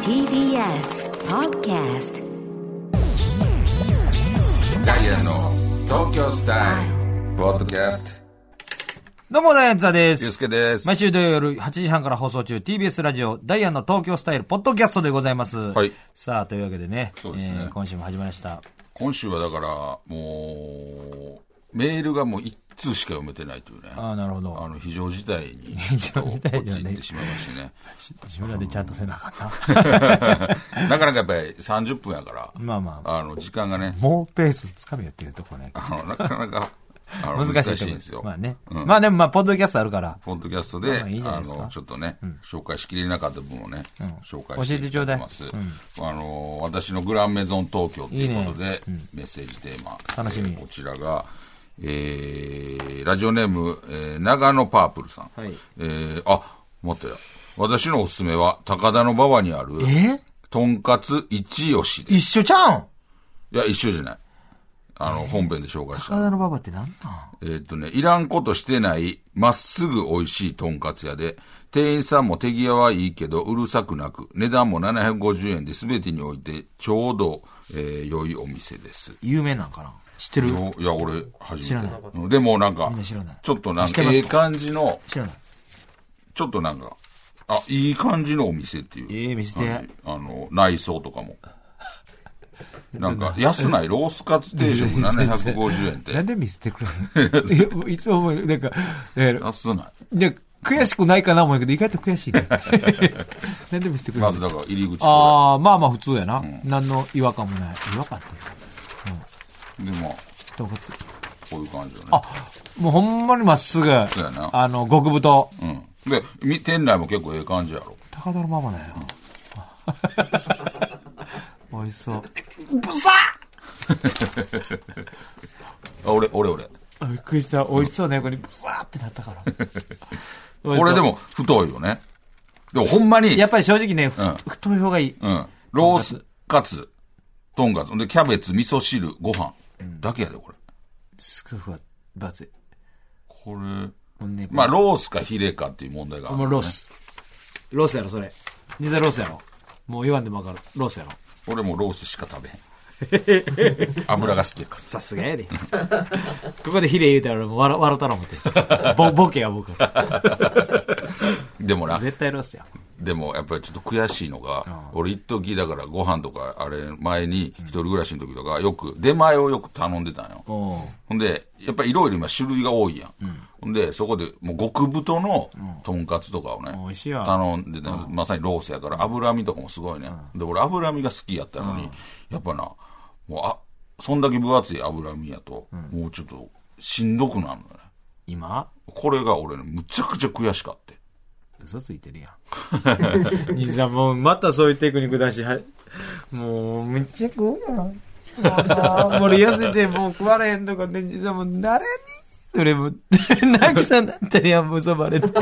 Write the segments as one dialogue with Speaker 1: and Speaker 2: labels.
Speaker 1: TBS Podcast
Speaker 2: ダイアンの東京スタイルポッドキャスト
Speaker 3: どうも、ダイアンツァで
Speaker 2: ゆう
Speaker 3: す
Speaker 2: す。けです
Speaker 3: 毎週土曜夜8時半から放送中、TBS ラジオ、ダイアンの東京スタイル、ポッドキャストでございます。
Speaker 2: はい
Speaker 3: さあ、というわけでね、
Speaker 2: そうですね
Speaker 3: えー今週も始まりました。
Speaker 2: 今週はだからもうメールがもう一通しか読めてないというね
Speaker 3: あ
Speaker 2: あ
Speaker 3: あ、なるほど。
Speaker 2: の非常事態に
Speaker 3: 非常事態ではね
Speaker 2: 陥ってしまいましてね
Speaker 3: 自分らでちゃんとせなあかんな。
Speaker 2: なかなかやっぱり30分やから
Speaker 3: まあまあ、
Speaker 2: あの時間がね
Speaker 3: もうペースつかみやってるとこね。
Speaker 2: あのなかなかあ
Speaker 3: 難
Speaker 2: の
Speaker 3: しいとこ
Speaker 2: 難しいんですよ
Speaker 3: まあね。
Speaker 2: うん
Speaker 3: まあでもまあ、ポッドキャストあるから、
Speaker 2: ポッドキャストで、
Speaker 3: まあいいじゃない
Speaker 2: あ
Speaker 3: ですか
Speaker 2: の、ちょっとね、紹介しきれなかった分をね、紹介
Speaker 3: 教えてちょうだい
Speaker 2: きます。あの、私のグランメゾン東京ということで、
Speaker 3: いい
Speaker 2: メッセージテーマ。
Speaker 3: 楽しみ
Speaker 2: えーこちらが、えー、ラジオネーム、えー、長野パープルさん。
Speaker 3: はい
Speaker 2: えー、あ、待ってよ私のおすすめは、高田の馬場にある、
Speaker 3: え
Speaker 2: とんかつ一吉で。い
Speaker 3: 一緒ちゃうん
Speaker 2: や、一緒じゃない。あの、本編で紹介した。
Speaker 3: 体のババってなんなん
Speaker 2: えーっとね、いらんことしてない、まっすぐ美味しいとんかつ屋で、店員さんも手際はいいけど、うるさくなく、値段も750円で全てにおいて、ちょうど、えー良いお店です。
Speaker 3: 有名なんかな知ってる
Speaker 2: よいや、俺、初
Speaker 3: 知ら
Speaker 2: め
Speaker 3: な
Speaker 2: て
Speaker 3: い。
Speaker 2: うんでもなんか
Speaker 3: みんな知らない、
Speaker 2: ちょっとなん
Speaker 3: 知
Speaker 2: か、
Speaker 3: ってます
Speaker 2: ええ
Speaker 3: か
Speaker 2: 感じの、
Speaker 3: 知らない。
Speaker 2: ちょっとなんか、あ、いい感じのお店っていう。
Speaker 3: ええ見せて
Speaker 2: 感じあの、内装と かも。なんか、安ないロースカツ定食750円っ
Speaker 4: なん
Speaker 2: て。
Speaker 4: で見せてく れへんいやいつも思う、なんか、えー
Speaker 2: 安ない。
Speaker 4: で悔しくないかな思うけど、意外と悔し いね。なんで見せてくれへ
Speaker 2: ま
Speaker 4: ん
Speaker 2: ずだから入り口とか
Speaker 4: ああ、まあまあ普通やな。何の違和感もない。違和感っていうか、
Speaker 2: で、まあ、
Speaker 4: とんかつ
Speaker 2: こういう感じよね。
Speaker 4: もうほんまにまっすぐ、あ
Speaker 2: うやな
Speaker 4: の、極太。
Speaker 2: うん。で、み店内も結構ええ感じやろ。
Speaker 4: 高田のママだよ。 美味しそう。
Speaker 2: あ、俺、俺、俺。
Speaker 4: あびっくりした。美味しそうね。これ、ブサーってなったから。美味しそう
Speaker 2: これで。も太いよね。でもほんまに、
Speaker 4: やっぱり正直ね、ふ
Speaker 2: うん
Speaker 4: 太い方がいい。
Speaker 2: うん。ロースカツ、とんかつ、ほんで、キャベツ、味噌汁、ご飯、だけやで、これ。
Speaker 4: すごいふわ、バツイ。
Speaker 2: これ、
Speaker 4: ほんで
Speaker 2: まあ、ロースかヒレかっていう問題がある、
Speaker 4: もうロー。ス。ロースやろ、それ。ニザロースやろ。もう言わんでもわかる。ロースやろ。
Speaker 2: 俺もロースしか食べへ ん。油が好きやか
Speaker 4: さすがやで。こ こでヒレ言うたら俺もう笑笑うたら思って。ボボケや僕。
Speaker 2: ら。でもな、
Speaker 4: 絶対ロースや。
Speaker 2: でもやっぱりちょっと悔しいのが、俺一時だからご飯とか、あれ、前に一人暮らしの時とか、よく、出前をよく頼んでたんよ。
Speaker 4: お
Speaker 2: ほんで、やっぱりいろいろ今種類が多いやん。ほんで、そこで、もう極太のとんかつとかをね、
Speaker 4: 美味しいわ
Speaker 2: 頼んでた、まさにロースやから、脂身とかもすごいね。で、俺脂身が好きやったのに、やっぱな、もう、あ、そんだけ分厚い脂身やと、もうちょっとしんどくなるのよね。
Speaker 4: 今
Speaker 2: これが俺ね、むちゃくちゃ悔しかって。
Speaker 4: 嘘ついてるやん。ニザもうまたそういうテクニック出し、はもうめっちゃ食うやん。もう俺痩せてもう食われへんとかね、ニザもう誰にそれも、 なきさんなったりやん、嘘ばれて。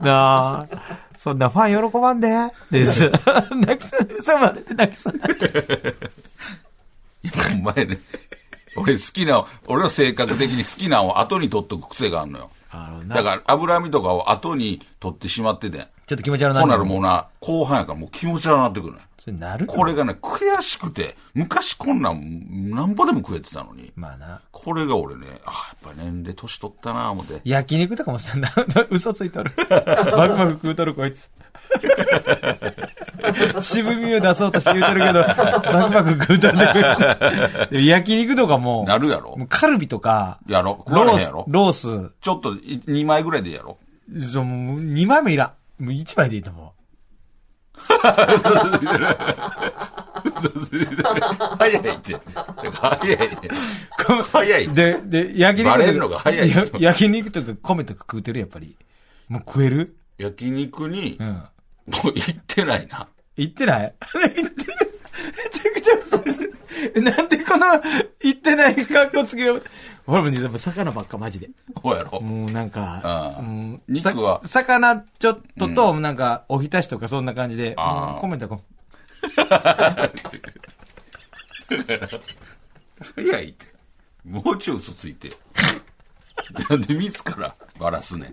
Speaker 4: なあ、そんなファン喜ばんで。です。 なきさん、嘘ばれて、なきさん。
Speaker 2: いや、 お前ね、俺好きな、俺の性格的に好きなんを後に取っとく癖があるのよ。だから脂身とかを後に取ってしまってて。
Speaker 3: ちょっと気持ち悪な
Speaker 2: ほんなら
Speaker 3: る。
Speaker 2: もうな、後半やからもう気持ち悪なってくるね。
Speaker 3: それなる
Speaker 2: これがね、悔しくて、昔こんなん、なんぼでも食えてたのに、
Speaker 3: まあな。
Speaker 2: これが俺ね、あやっぱ年齢年取ったなぁ思って。
Speaker 3: 焼肉とかもそんな、嘘つい とる。バクバク食うとる、こいつ。
Speaker 4: 渋みを出そうとして言うてるけど、バクバク食うたんだけど。焼肉とかも、
Speaker 2: なるやろ
Speaker 4: もうカルビとか、
Speaker 2: やろ食わ
Speaker 4: ロ
Speaker 2: れへん
Speaker 4: ー
Speaker 2: や
Speaker 4: ス
Speaker 2: ろ、
Speaker 4: ロース、
Speaker 2: ちょっとい2枚ぐらいでいいやろ
Speaker 4: その2枚目いらん。もう1枚でいいと思
Speaker 2: 早いって。早いって。早いっ
Speaker 4: う。
Speaker 2: て。
Speaker 4: で、で、焼肉とか。
Speaker 2: バレんのが早いよ
Speaker 4: や焼肉とか米とか食うてる、やっぱり。もう食える
Speaker 2: 焼肉に、
Speaker 4: う
Speaker 2: も
Speaker 4: ん。
Speaker 2: う行ってないな。
Speaker 4: 行ってない行ってる。めちゃくちゃ嘘です。えなんでこの、行ってない格好つけよう。俺も実はもう魚ばっか、マジで。
Speaker 2: ほうやろ
Speaker 4: もうなんか、
Speaker 2: うん
Speaker 4: もう
Speaker 2: 肉は
Speaker 4: さ魚ちょっとと、なんか、おひたしとかそんな感じで、
Speaker 2: あー
Speaker 4: もう米とか。
Speaker 2: 早いって。もうちょい嘘ついてよ。なんで自らバラすね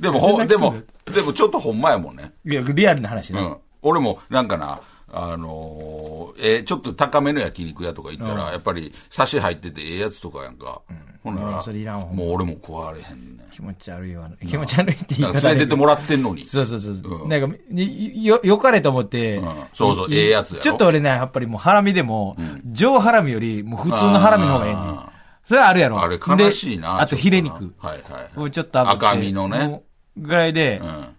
Speaker 2: ん。 でも、ほ、でも、でもちょっとほんまやもんね。
Speaker 1: いやリアルな話
Speaker 2: う
Speaker 1: ね。
Speaker 2: ん。俺も、なんかな、あのーえーちょっと高めの焼肉屋とか行ったら、やっぱり、サシ入っててええやつとかやんか。ほんな
Speaker 1: も
Speaker 2: ら、
Speaker 1: うそれいらんわほんま
Speaker 2: もう俺も壊れへんね。
Speaker 1: 気持ち悪いわ。気持ち悪いって言
Speaker 2: ないんか
Speaker 1: 方
Speaker 2: 連れてってもらってんのに。
Speaker 1: そうそうそう。
Speaker 2: うん
Speaker 1: なんか、によ、よかれと思って。
Speaker 2: んそうそう
Speaker 1: い
Speaker 2: ええやつやろ
Speaker 1: ちょっと俺ね、やっぱりもうハラミでも、上ハラミより、もう普通のハラミの方がええねん
Speaker 2: あー
Speaker 1: それはあるやろ。
Speaker 2: あれ悲しいな。
Speaker 1: であと
Speaker 2: ちょっな
Speaker 1: ヒレ肉。
Speaker 2: はいはい。
Speaker 1: もうちょっと炙って
Speaker 2: 赤身のね。。
Speaker 1: もうぐらいで、
Speaker 2: う
Speaker 1: あ
Speaker 2: ん。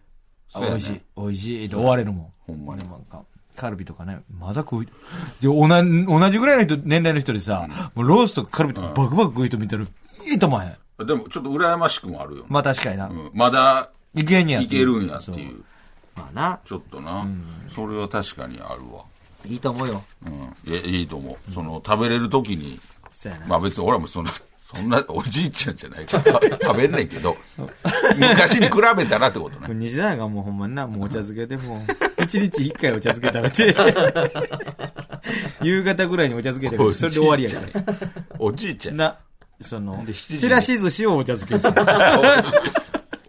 Speaker 2: そう
Speaker 1: 美
Speaker 2: やね
Speaker 1: 味しい、美味しいって終われるも
Speaker 2: ほ
Speaker 1: ん。
Speaker 2: んまに。
Speaker 1: なんかカルビとかね、まだ食う、で同じ同じぐらいの人、年代の人でさ、もうロースとかカルビとかバクバク食う人見たら、いいと思わへん。
Speaker 2: でも、ちょっと羨ましくもあるよね。
Speaker 1: まあ確かにな。
Speaker 2: うんまだ、
Speaker 1: いけんねや
Speaker 2: いけるんやって
Speaker 1: そ
Speaker 2: いう。
Speaker 4: まあな。
Speaker 2: ちょっとな。それは確かにあるわ。
Speaker 4: いいと思うよ。
Speaker 2: うん。いやいいと思う。その、食べれるときに、
Speaker 4: そうやな。
Speaker 2: まあ別に俺はもうそんな、そんなおじいちゃんじゃないから、 食べんないけど、昔に比べたらってことね。
Speaker 4: 西田がもうほんまにな、もうお茶漬けでもう、一日一回お茶漬け食べて、夕方ぐらいに お茶漬け食べて、それで終わりやから。
Speaker 2: おじいちゃん。
Speaker 4: な、その、
Speaker 2: 7時に
Speaker 4: ちらし寿司をお茶漬けにする。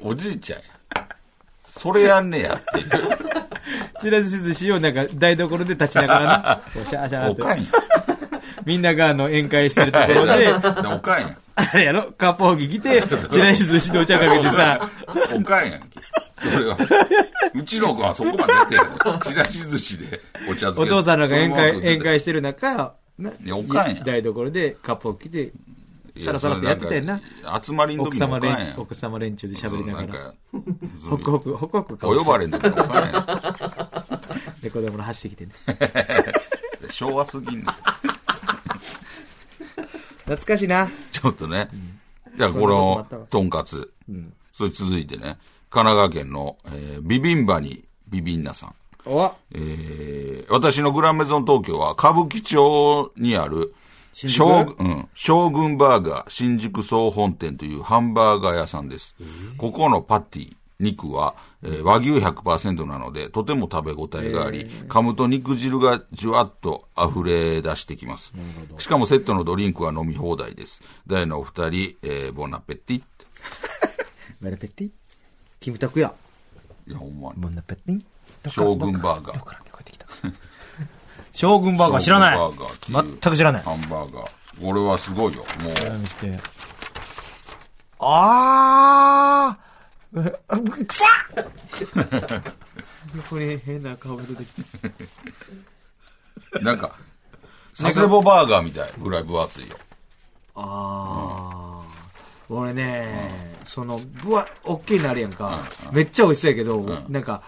Speaker 2: おじいちゃんや。それやんねや っていう。
Speaker 4: ちらし寿司をなんか台所で立ちながらな、こうシャーシャー
Speaker 2: お
Speaker 4: って
Speaker 2: かんや。
Speaker 4: みんながあの宴会してるところで、
Speaker 2: おかんや。
Speaker 4: あれやろ、カッパ着着て、ちらし寿司とお茶かけてさ、
Speaker 2: おかんやんけ。それは。うちの子はそこまでやってんの。ちらし寿司でお茶漬け。
Speaker 4: お父さんらが
Speaker 2: そ
Speaker 4: 宴会、
Speaker 2: のまま食って
Speaker 4: 宴会してる中、ない
Speaker 2: やおかんや
Speaker 4: 台所でカッパ着て、さらさらってやってたやんな。。
Speaker 2: 集まりの
Speaker 4: 奥
Speaker 2: 時の
Speaker 4: 様
Speaker 2: おかん
Speaker 4: 連
Speaker 2: やん。
Speaker 4: 奥様連中で喋りながら。
Speaker 2: そ
Speaker 4: ホ
Speaker 2: うなん
Speaker 4: ク
Speaker 2: か
Speaker 4: ホク、ホクホク顔
Speaker 2: お呼
Speaker 4: して
Speaker 2: ばれの時のおかんやん。
Speaker 4: で子供の走ってきてね。
Speaker 2: 昭和すぎんねん
Speaker 4: 懐かしいな。
Speaker 2: ちょっとね。じゃあ、
Speaker 4: んな
Speaker 2: こ
Speaker 4: こともあった
Speaker 2: の
Speaker 4: わ、
Speaker 2: とんかつ。それ続いてね、神奈川県の、えービビンバにビビンナさん。
Speaker 4: お
Speaker 2: えー私のグランメゾン東京は歌舞伎町にある将軍、うん将軍バーガー新宿総本店というハンバーガー屋さんです。ここのパティ、肉は、えー和牛100%なので、とても食べ応えがあり、噛むと肉汁がじゅわっと溢れ出してきます。しかもセットのドリンクは飲み放題です。大のお二人、えーボナペティって。
Speaker 1: メルペッティキムタクや。
Speaker 2: いや、ほんまに
Speaker 1: ボンナペッティ
Speaker 2: 将軍バーガー。
Speaker 1: 将軍バーガー知らない
Speaker 2: 将軍バーガーっていう
Speaker 1: 全く知らない。
Speaker 2: ハンバーガー。これはすごいよ。もう。
Speaker 1: 見して。あーあくさっ
Speaker 4: これ変な顔出てきた。
Speaker 2: なんか、佐世保バーガーみたいぐらい分厚いよ。
Speaker 4: あー。俺ね、その、ぶわ、おっきいなるやんか。めっちゃ美味しそうやけど、なんか、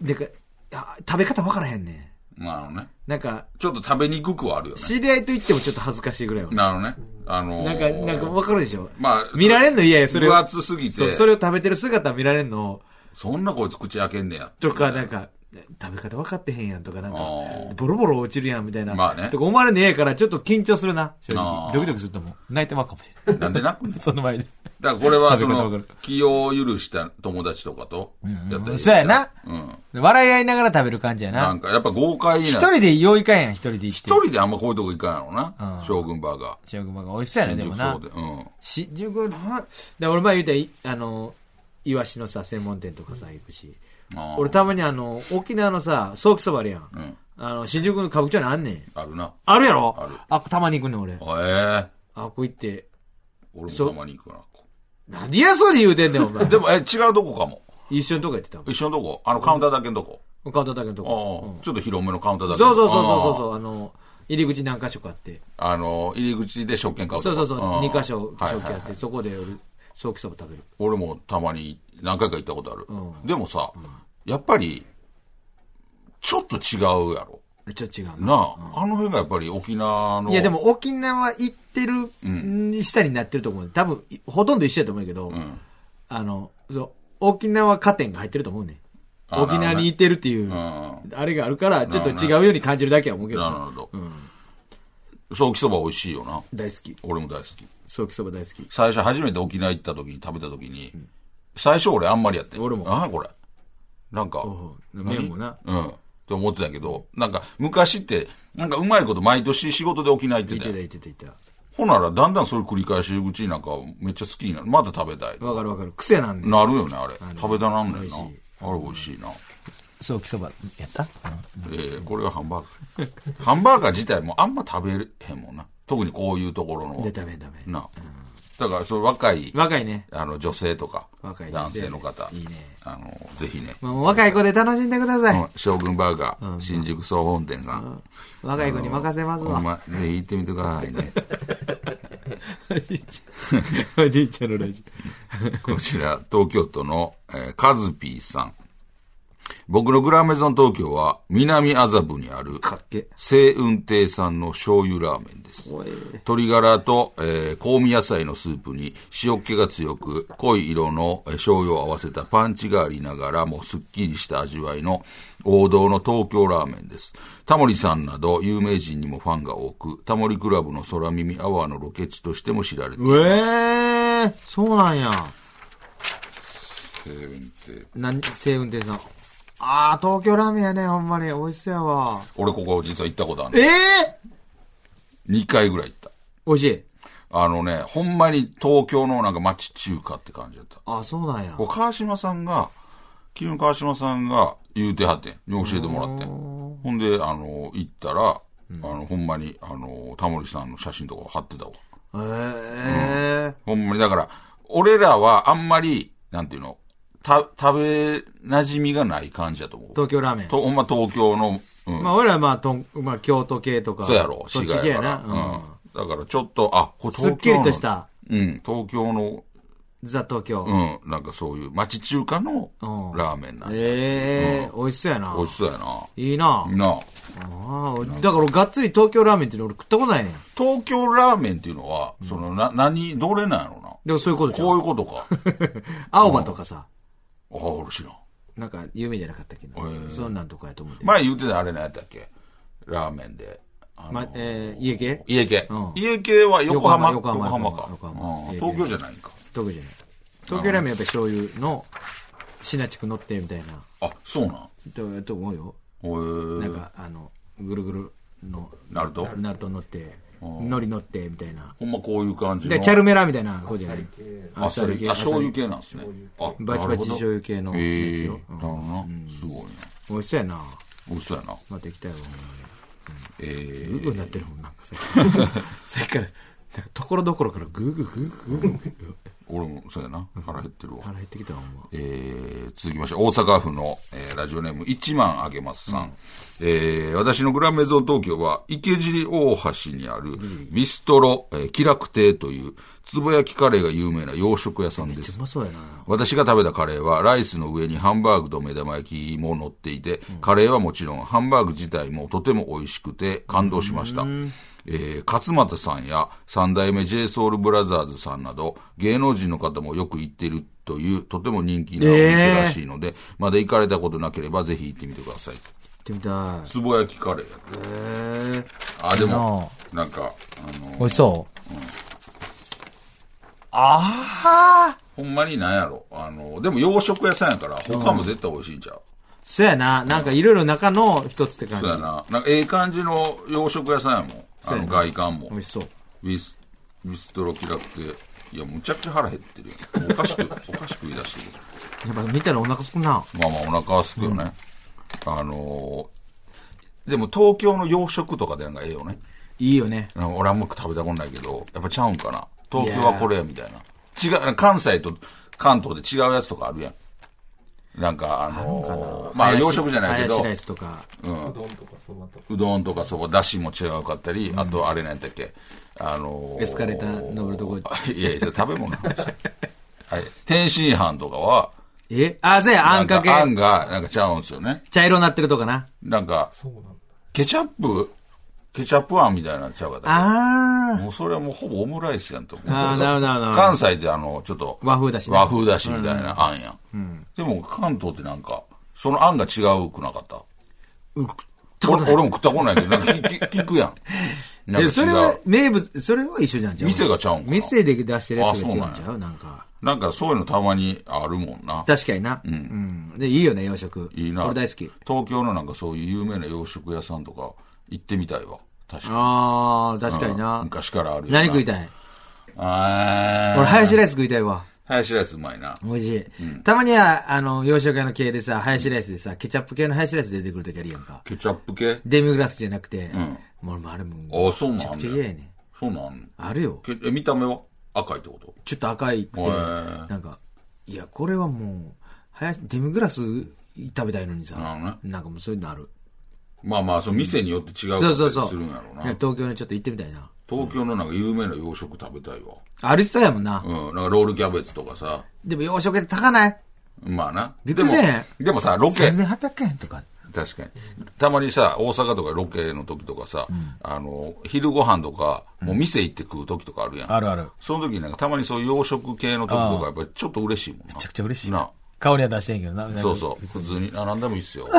Speaker 4: なんか、あ食べ方わからへんね
Speaker 2: なのね。
Speaker 4: ん。なんか、
Speaker 2: ちょっと食べにくくはあるよね。
Speaker 4: 知り合いと言ってもちょっと恥ずかしいぐらいは。
Speaker 2: なのね。あの
Speaker 4: なんか、
Speaker 2: ー
Speaker 4: なんかわかるでしょ
Speaker 2: まあ
Speaker 4: 見られんの嫌や、それを
Speaker 2: 分厚すぎて
Speaker 4: そうそれを食べてる姿見られんの、
Speaker 2: そんなこいつ口開けんねや。
Speaker 4: とか、なんか、食べ方分かってへんやんとか、なんか
Speaker 2: あー、
Speaker 4: ボロボロ落ちるやんみたいな。
Speaker 2: まあね
Speaker 4: とか思われねえから、ちょっと緊張するな、正
Speaker 2: あ
Speaker 4: 直
Speaker 2: ー。
Speaker 4: ドキドキすると思う。泣いてまうかもしれん。
Speaker 2: なんでなくね
Speaker 1: その前で。
Speaker 2: だからこれは、そ
Speaker 1: 食べ方
Speaker 2: の
Speaker 1: 分か、
Speaker 2: 気を許した友達とかと、やったらいい
Speaker 1: そうやな。
Speaker 2: うん。
Speaker 1: 笑い合いながら食べる感じや
Speaker 2: な
Speaker 1: な。
Speaker 2: んか、やっぱ豪快な。
Speaker 1: 一
Speaker 2: 一
Speaker 1: 人でよういかんやん、一人で生きて。
Speaker 2: 人であんまこういうとこ行かんやろな。将軍バーガ
Speaker 1: 将軍バーガー美味しそうや
Speaker 2: ー。
Speaker 1: ね、でも
Speaker 2: 新。
Speaker 1: な
Speaker 2: 宿そうで。
Speaker 4: 新宿な、で俺前言うたらい、あの、イワシのさ、専門店とかさ、行くし。
Speaker 2: うん。あー
Speaker 4: 俺たまにあの、沖縄のさ、ソーキそばあるやん。
Speaker 2: ん
Speaker 4: あの、新宿の歌舞伎町にあんねん。
Speaker 2: あるな。
Speaker 4: あるやろ
Speaker 2: ある
Speaker 4: あ、たまに行くねん俺。
Speaker 2: ええ。
Speaker 4: あ、こう行って。
Speaker 2: 俺もたまに行くな。
Speaker 4: なんで嫌そうに言うてんねん、お前。
Speaker 2: でも、え、違うとこかも。
Speaker 4: 一緒のとこやってたも
Speaker 2: 一緒のとこあの、カウンターだけのとこ。
Speaker 4: ん。カウンターだけのとこ。
Speaker 2: ああちょっと広めのカウンターだけ
Speaker 4: そう
Speaker 2: ど。
Speaker 4: そうそうそうそうう、あの、入り口何箇所かあって。
Speaker 2: あの、入り口で食券買う
Speaker 4: そ
Speaker 2: と
Speaker 4: う
Speaker 2: か
Speaker 4: そうそう、
Speaker 2: ん
Speaker 4: 2箇所、
Speaker 2: はい
Speaker 4: 食器
Speaker 2: はい
Speaker 4: あ
Speaker 2: はい
Speaker 4: って、そこで俺、ソーキそば食べる。
Speaker 2: 俺もたまに何回か行ったことある。
Speaker 4: う
Speaker 2: でもさ、やっぱり、ちょっと違うやろ。
Speaker 4: ちょっと違う
Speaker 2: な
Speaker 4: な。
Speaker 2: あ、あの辺がやっぱり沖縄の。
Speaker 4: いや、でも沖縄行ってる、に下になってると思う。多分、いほとんど一緒やと思うけど、あの、そう、沖縄加点が入ってると思うね。
Speaker 2: あ
Speaker 4: 沖縄に行ってるっていう、
Speaker 2: ん
Speaker 4: あれがあるから、ちょっと違うように感じるだけは思うけど
Speaker 2: なる
Speaker 4: ね、
Speaker 2: ほど。ソーキそば美味しいよな。
Speaker 4: 大好き。
Speaker 2: 俺も大好き。
Speaker 4: ソーキそば大好き。
Speaker 2: 最初初めて沖縄行った時に食べた時に、最初俺あんまりやって。
Speaker 4: 俺も
Speaker 2: ああ、これ。なんか、
Speaker 4: うん麺もな。
Speaker 2: うん。って思ってたけど、なんか昔って、なんかうまいこと毎年仕事で沖縄行って
Speaker 4: 行ったて
Speaker 2: よ
Speaker 4: た行ってた行ってた。
Speaker 2: ほなら、だんだんそれ繰り返し口なんかめっちゃ好きになる。また食べたい。
Speaker 4: わかるわかる。癖なんで。
Speaker 2: なるよね、あれ。食べたなんねんな。あれ美味しいな。
Speaker 1: そう、きそばやった
Speaker 2: えーこれはハンバーガー。 ハンバーガー自体もあんま食べれへんもんな。特にこういうところの。
Speaker 4: で、ダメダメ。
Speaker 2: な。だから、その若い、
Speaker 4: 若いね。
Speaker 2: あの、女性とか、
Speaker 4: 若い女
Speaker 2: 男
Speaker 4: 性
Speaker 2: 性の方、
Speaker 4: いいね
Speaker 2: あの、ぜひね、
Speaker 4: まあ、もう若い子で楽しんでください。
Speaker 2: うん将軍バーガー、新宿総本店さん。
Speaker 4: 若い子に任せます
Speaker 2: ほん
Speaker 4: わ。
Speaker 2: ま、ぜひ行ってみてくださいね。
Speaker 4: おじいちゃん。おじいちゃんのラジ
Speaker 2: こちら、東京都の、えーカズピーさん。僕のグランメゾン東京は、南麻布にある
Speaker 4: オ。、かっけ。
Speaker 2: 西雲亭さんの醤油ラーメンです。
Speaker 4: おい。
Speaker 2: 鶏ガラと、えー香味野菜のスープに塩気が強く濃い色のえー醤油を合わせたパンチがありながらもすっきりした味わいの王道の東京ラーメンです。タモリさんなど有名人にもファンが多く、タモリクラブの空耳アワーのロケ地としても知られています。
Speaker 4: うえー、そうなんや。なん、西運転さん。あー、東京ラーメンやね、ほんまに。美味しそうやわ。
Speaker 2: 俺ここ実は行ったことあ
Speaker 4: え
Speaker 2: る。
Speaker 4: え
Speaker 2: 2回ぐらい行った。
Speaker 4: 美味しい。
Speaker 2: あのね、ほんまに東京のなんか町中華って感じだった。
Speaker 4: あー、そうなんや
Speaker 2: こ。う川島さんが、昨日川島さんが言うてはってん。教えてもらってん。ほんで、あの、行ったら、あの、ほんまに、あの、タモリさんの写真とか貼ってたわ。
Speaker 4: えー。
Speaker 2: ほんまに、だから、俺らはあんまり、なんていうの、た、食べ馴染みがない感じだと思う。
Speaker 4: 東京ラーメン。
Speaker 2: と、ほんま東京の、うん。
Speaker 4: まあ、俺らはまあ、とん、まあ、京都系とか。
Speaker 2: そうやろ、
Speaker 4: そっ
Speaker 2: 市
Speaker 4: ち
Speaker 2: 街
Speaker 4: 系
Speaker 2: や
Speaker 4: や
Speaker 2: から。う
Speaker 4: な。
Speaker 2: ん。だからちょっと、あ、これ東京
Speaker 4: すっきりとし
Speaker 2: なの。
Speaker 4: た、
Speaker 2: うん、東京の、
Speaker 4: ザ東京。
Speaker 2: うん、なんかそういう、町中華の
Speaker 4: うん
Speaker 2: ラーメンなんや
Speaker 4: ええー、美味しそうやな
Speaker 2: 美。味しそうやな。
Speaker 4: いいな。
Speaker 2: なあ
Speaker 4: ああ、だから俺がっつり東京ラーメンっていうの俺食ったことないねん。
Speaker 2: 東京ラーメンっていうのは、その、な、何、どれなんやろ
Speaker 4: でもそういうこと
Speaker 2: な。
Speaker 4: じゃん。
Speaker 2: こういうこと か。あ
Speaker 4: 青葉とか
Speaker 2: あ、
Speaker 4: さ、
Speaker 2: 俺知らん。
Speaker 4: なんか有名じゃなかったっけど、そんなんとかやと思って。
Speaker 2: 前言うてたあれなんやったっけラーメンで。あの
Speaker 4: ま、えー、家系
Speaker 2: 家系
Speaker 4: うん。
Speaker 2: 家系は横浜。
Speaker 4: 横
Speaker 2: 横
Speaker 4: 浜
Speaker 2: 浜か。
Speaker 4: 横浜
Speaker 2: うん
Speaker 4: 横浜
Speaker 2: 東京じゃないんか。
Speaker 4: 特にじゃない。東京ラーメンやっぱ醤油の、シナチク乗ってみたいな、
Speaker 2: あ、そうなん。
Speaker 4: とやと思うよ。
Speaker 2: へ
Speaker 4: な
Speaker 2: え。
Speaker 4: んか、あの、ぐるぐるの、
Speaker 2: なると。
Speaker 4: ナルト乗って、海苔乗って、みたいな。
Speaker 2: ほんまこういう感じの。
Speaker 4: で、チャルメラみたいな、こうじゃない。
Speaker 2: あっさり系。あ、
Speaker 4: あっさり
Speaker 2: 醤油系なんですね。あ、
Speaker 4: バチバチ醤油系の
Speaker 2: なるほどえ
Speaker 4: やつ
Speaker 2: え。な
Speaker 4: よ
Speaker 2: る。ほどな。すごいな。
Speaker 4: 美味しそうやな。
Speaker 2: 美味しそうやな。
Speaker 4: また行きたいわ、ほんまに
Speaker 2: ええ。
Speaker 4: グーグーなってるもん、なんかさっきさっきから、なんかところどころからグーグーグーグーグーグー
Speaker 2: 俺もそうやな。腹減ってるわ。
Speaker 4: 腹減ってきたわ、ほんま。
Speaker 2: えー続きまして、大阪府の、えーラジオネーム、一万あげますさん。えー私のグランメゾン東京は、池尻大橋にある、ビストロ、えー、気楽亭という、つぼ焼きカレーが有名な洋食屋さんで
Speaker 4: う
Speaker 2: す。
Speaker 4: まそうやな。
Speaker 2: 私が食べたカレーは、ライスの上にハンバーグと目玉焼きも乗っていて、カレーはもちろん、ハンバーグ自体もとても美味しくて、感動しました。えー勝俣さんや三代目 j ソ o ルブラザーズさんなど、芸能人の方もよく行っているという、とても人気なお店らしいので、まだ行かれたことなければ、ぜひ行ってみてください。
Speaker 4: 行ってみたい。
Speaker 2: つぼ焼きカレー。
Speaker 4: へえ。
Speaker 2: あ、でも、なんか、あの
Speaker 1: 美味しそう。
Speaker 2: ほんまになんやろ。あのでも洋食屋さんやから、他も絶対美味しいんちゃう。
Speaker 4: そうやな。なんかいろいろ中の一つって感
Speaker 2: そうや
Speaker 4: じ。
Speaker 2: な。なんかええ感じの洋食屋さんやもん。あ
Speaker 4: うや
Speaker 2: の
Speaker 4: な
Speaker 2: 外観も
Speaker 4: 美。味しそう。
Speaker 2: ビス、ビストロ気楽って。いや、むちゃくちゃ腹減ってるやん。おかしく、 おかしく言い出してる。
Speaker 4: やっぱ見たらお腹すくな。
Speaker 2: まあまあ、お腹はすくよね。あのーでも東京の洋食とかでなんかええよね。
Speaker 4: いいよね。
Speaker 2: なんか俺はもう食べたことないけど、やっぱちゃうんかな。東京はこれや、みたいな。違う、関西と関東で違うやつとかあるやん。なんか、あのーまあ洋食じゃないけ
Speaker 4: ハヤシ
Speaker 2: ど
Speaker 4: ライ、スとか。
Speaker 2: うどんとかそこ、だしも違うかったり、あとあれなんだっけ、あのー
Speaker 4: エスカレーター登るとこ
Speaker 2: いやいや、それ食べ物の話。 はい。天津飯とかは、
Speaker 4: えあ、そうや、あんかけ。
Speaker 2: なんあんが、なんかちゃうんすよね。
Speaker 4: 茶色になってるとかな。
Speaker 2: なんか、ケチャップ、ケチャップあんみたいなのちゃうかったっ
Speaker 4: あ
Speaker 2: けもうそれはもうほぼオムライスやんと思う。
Speaker 4: あーなるほどなるほど
Speaker 2: 関西ってあの、ちょっと
Speaker 4: ー。、和風だしね
Speaker 2: 和風だしみたいなあんやん。でも関東ってなんか、そのあんが違うくなかった。俺俺も食ったことないけど、なんか聞聞聞くやん。なんか違
Speaker 4: え、
Speaker 2: う
Speaker 4: それは名物、それは一緒じゃんじゃん。
Speaker 2: 店がちゃうんかな
Speaker 4: 店で出してるやつが違うん
Speaker 2: あそ
Speaker 4: ち
Speaker 2: う
Speaker 4: ゃうなんか。
Speaker 2: なんかそういうのたまにあるもんな。
Speaker 4: 確かにな。うん。で、いいよね、洋食。
Speaker 2: いいな。
Speaker 4: 俺大好き。
Speaker 2: 東京のなんかそういう有名な洋食屋さんとか行ってみたいわ。確か
Speaker 3: ああ、確か
Speaker 2: に。
Speaker 3: にな。
Speaker 2: 昔からあるよな。
Speaker 3: 何食いたい
Speaker 2: あー
Speaker 3: 俺、ハヤシライス食いたいわ。
Speaker 2: ハヤシライスうまいな。
Speaker 3: 美味しい。たまには、あの、洋食屋の系でさ、ハヤシライスでさ、ケチャップ系のハヤシライス出てくるときあるやんか。
Speaker 2: ケチャップ系
Speaker 3: デミグラスじゃなくて、
Speaker 2: ん
Speaker 3: もう俺もあれも、
Speaker 2: あ、そう
Speaker 3: めち
Speaker 2: な
Speaker 3: ゃ
Speaker 2: ん
Speaker 3: く
Speaker 2: だ
Speaker 3: ちゃ
Speaker 2: よ。
Speaker 3: 嫌やね。
Speaker 2: そうなん
Speaker 3: あるよ。
Speaker 2: けえ、見た目は赤いってこと
Speaker 3: ちょっと赤いくて、
Speaker 2: へー
Speaker 3: なんか、いや、これはもう、ハヤシ、デミグラス食べたいのにさ、
Speaker 2: なるほどね
Speaker 3: なんかもうそういうのある。
Speaker 2: まあまあ、その店によって違う
Speaker 3: そうそうそう。
Speaker 2: するんやろう
Speaker 3: いや
Speaker 2: な。
Speaker 3: 東京にちょっと行ってみたいな。
Speaker 2: 東京のなんか有名な洋食食べたいわ。
Speaker 3: ありそうやもんな。
Speaker 2: うん。なんかロールキャベツとかさ。
Speaker 3: でも洋食屋って高ない
Speaker 2: まあな。
Speaker 3: びっ
Speaker 2: で
Speaker 3: くり
Speaker 2: も
Speaker 3: せえへん、
Speaker 2: でもさ、ロケ。
Speaker 3: ?1800 円とか。
Speaker 2: 確かに。たまにさ、大阪とかロケの時とかさ、あの、昼ご飯とか、もう店行って食う時とかあるやん。
Speaker 1: あるある。め
Speaker 2: その時になんかたまにそういう洋食系の時とか、やっぱりちょっと嬉しいもんな。め
Speaker 1: ちゃくちゃ嬉しい
Speaker 2: な
Speaker 1: な。。香りは出してんけどな。
Speaker 2: そうそう。普通に、あ、何でもいいっすよ。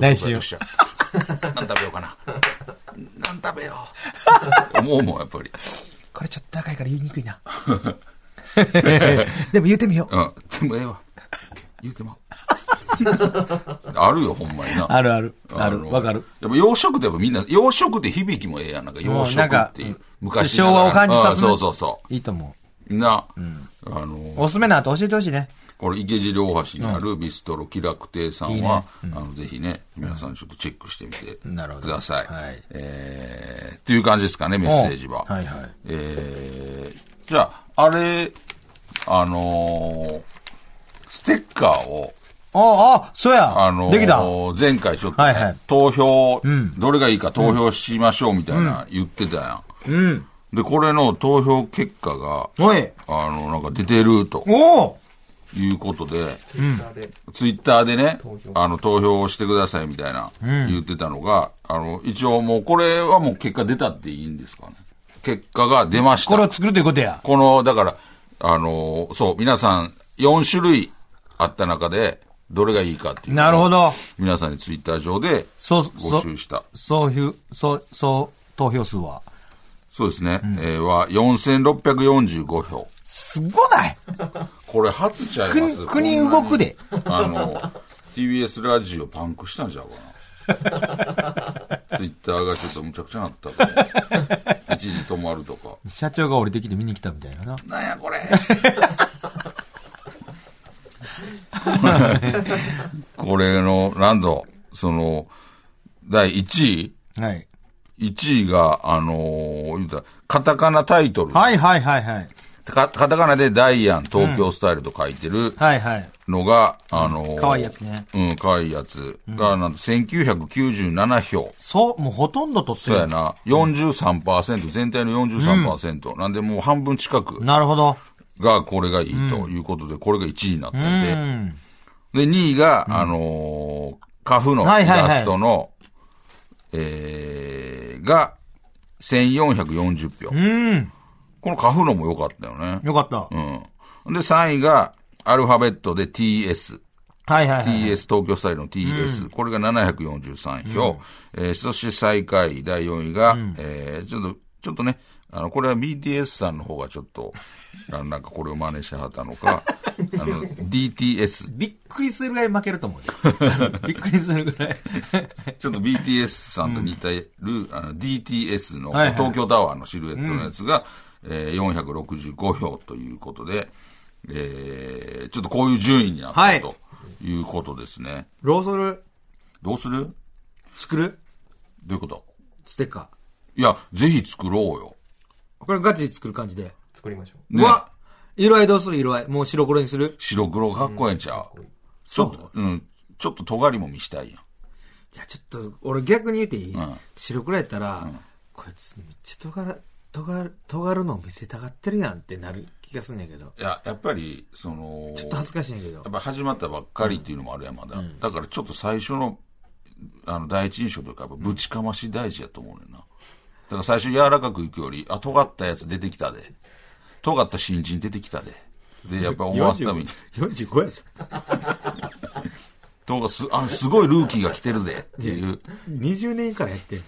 Speaker 1: 来週
Speaker 2: よっしゃ何食べようか な。何食べよう。 思うもん、やっぱり。
Speaker 1: これちょっと高いから言いにく いな。 でも言うてみよう。
Speaker 2: うん。でもええわ。言う てまう。あるよ、ほんまにな。
Speaker 1: あるある。
Speaker 2: の
Speaker 1: ある。わかる。。
Speaker 2: やっぱ洋食ってやっぱみんな、洋食って響きもええやん。なんか洋食っていう
Speaker 1: もうなんか
Speaker 2: 昔
Speaker 1: 昭
Speaker 2: ながら
Speaker 1: 和を感じさせる
Speaker 2: うんそうそうそ
Speaker 1: いいと思
Speaker 2: う。な、あの、
Speaker 1: う。おすすめな後教えてほしいね。
Speaker 2: これ池尻大橋にあるビストロ気楽亭さんは、あの、ぜひね、皆さんちょっとチェックしてみて
Speaker 1: なるほど
Speaker 2: ください。
Speaker 1: はい
Speaker 2: えー、っていう感じですかね、メッセージは。
Speaker 1: おはいはい
Speaker 2: えー、じゃあ、あれ、あのーステッカーを、
Speaker 1: ああ、そうや。
Speaker 2: あのー
Speaker 1: できた。
Speaker 2: 前回ちょっと、ね
Speaker 1: はいはい
Speaker 2: 投票、どれがいいか投票しましょうみたいな言ってたやん。で、これの投票結果が、
Speaker 1: おい。
Speaker 2: あの、なんか出てると
Speaker 1: おお
Speaker 2: いうことで、ツイッターでね、あの、投票してくださいみたいな、言ってたのが、あの、一応もう、これはもう結果出たっていいんですかね。結果が出ました。
Speaker 1: これを作るということや。
Speaker 2: この、だから、あの、そう、皆さん、4種類あった中で、どれがいいかっていうのを。
Speaker 1: なるほど。
Speaker 2: 皆さんにツイッター上で、
Speaker 1: そう、そ
Speaker 2: 募
Speaker 1: う、
Speaker 2: 集した。
Speaker 1: そうひゅ、そう、そう、投票数は。
Speaker 2: そうですね。えーは、4645票。
Speaker 1: すごない
Speaker 2: これ、初ちゃいます
Speaker 1: 国国動くで。
Speaker 2: こんなにあの、TBS ラジオパンクしたんちゃうか な。ツイッターがちょっとむちゃくちゃなったから、一時止まるとか。
Speaker 1: 社長が降りてきて見に来たみたいなな。
Speaker 2: なんやこ れ。これの、なんだ、その、第1
Speaker 1: はい。
Speaker 2: 位 ?1 位が、あのー言うたらカタカナタイトル。
Speaker 1: はいはいはいはい。
Speaker 2: かカタカナでダイアン東京スタイルと書いてる
Speaker 1: はいはい。
Speaker 2: のが、あのー
Speaker 1: 可愛いやつね。
Speaker 2: うん、かわいいやつが、なんと1997票。
Speaker 1: そう、もうほとんど取って
Speaker 2: そうや
Speaker 1: る。
Speaker 2: な。43%、全体の43%。なんでもう半分近く
Speaker 1: なるほど。
Speaker 2: がこれがいいということで、これが1位になって
Speaker 1: う
Speaker 2: て。
Speaker 1: ん。
Speaker 2: で、2位が、あのー、カフのイ
Speaker 1: はいはいはい
Speaker 2: ラストの、えー、が、1440票。
Speaker 1: うん。
Speaker 2: このカフのも良かったよね。
Speaker 1: よかった。
Speaker 2: うん。で、3位が、アルファベットで TS。
Speaker 1: はいはいはい。
Speaker 2: TS、東京スタイルの TS。これが743票。えー、そして最下位、第4位が、えー、ちょっと、ちょっとね、あの、これは BTS さんの方がちょっと、 あの、なんかこれを真似してはったの か、あの、DTS。
Speaker 1: びっくりするぐらい負けると思うよ。びっくりするぐ らい。
Speaker 2: ちょっと BTS さんと似てる、あの DTS の
Speaker 1: はいはい
Speaker 2: 東京タワーのシルエットのやつが、えー465票ということで、えーちょっとこういう順位になった、
Speaker 1: はい
Speaker 2: ということですね。
Speaker 1: ローソル
Speaker 2: どうするど
Speaker 1: 作る
Speaker 2: ういうこと
Speaker 1: ステッカ
Speaker 2: いや、ぜひ作ろうよ。
Speaker 1: ー。これガチで作る感じで。
Speaker 5: 作りましょう。
Speaker 2: ね
Speaker 1: うわ色合いどうする色合い。もう白黒にする
Speaker 2: 白黒かっこええんちゃう、ちょっと、うん、ちょっと尖りも見したいやん。
Speaker 1: じゃあちょっと、俺逆に言っていい、
Speaker 2: ん
Speaker 1: 白黒やったら、こいつめっちゃ尖ら、尖る、尖るのを見せたがってるやんってなる気がすんねんけど。
Speaker 2: いや、やっぱり、その、
Speaker 1: ちょっと恥ずかしいねんけど
Speaker 2: やっ。ぱ始まったばっかりっていうのもあるやん、まだ。だからちょっと最初の、あの、第一印象というか、やっぱぶちかまし大事やと思うねんな。だから最初柔らかくいくより、あ、尖ったやつ出てきたで。尖った新人出てきたで。で、 やっぱ思わすために、
Speaker 1: 45やぞ。
Speaker 2: とがす、あ、すごいルーキーが来てるでって いう、
Speaker 1: 20年からやってん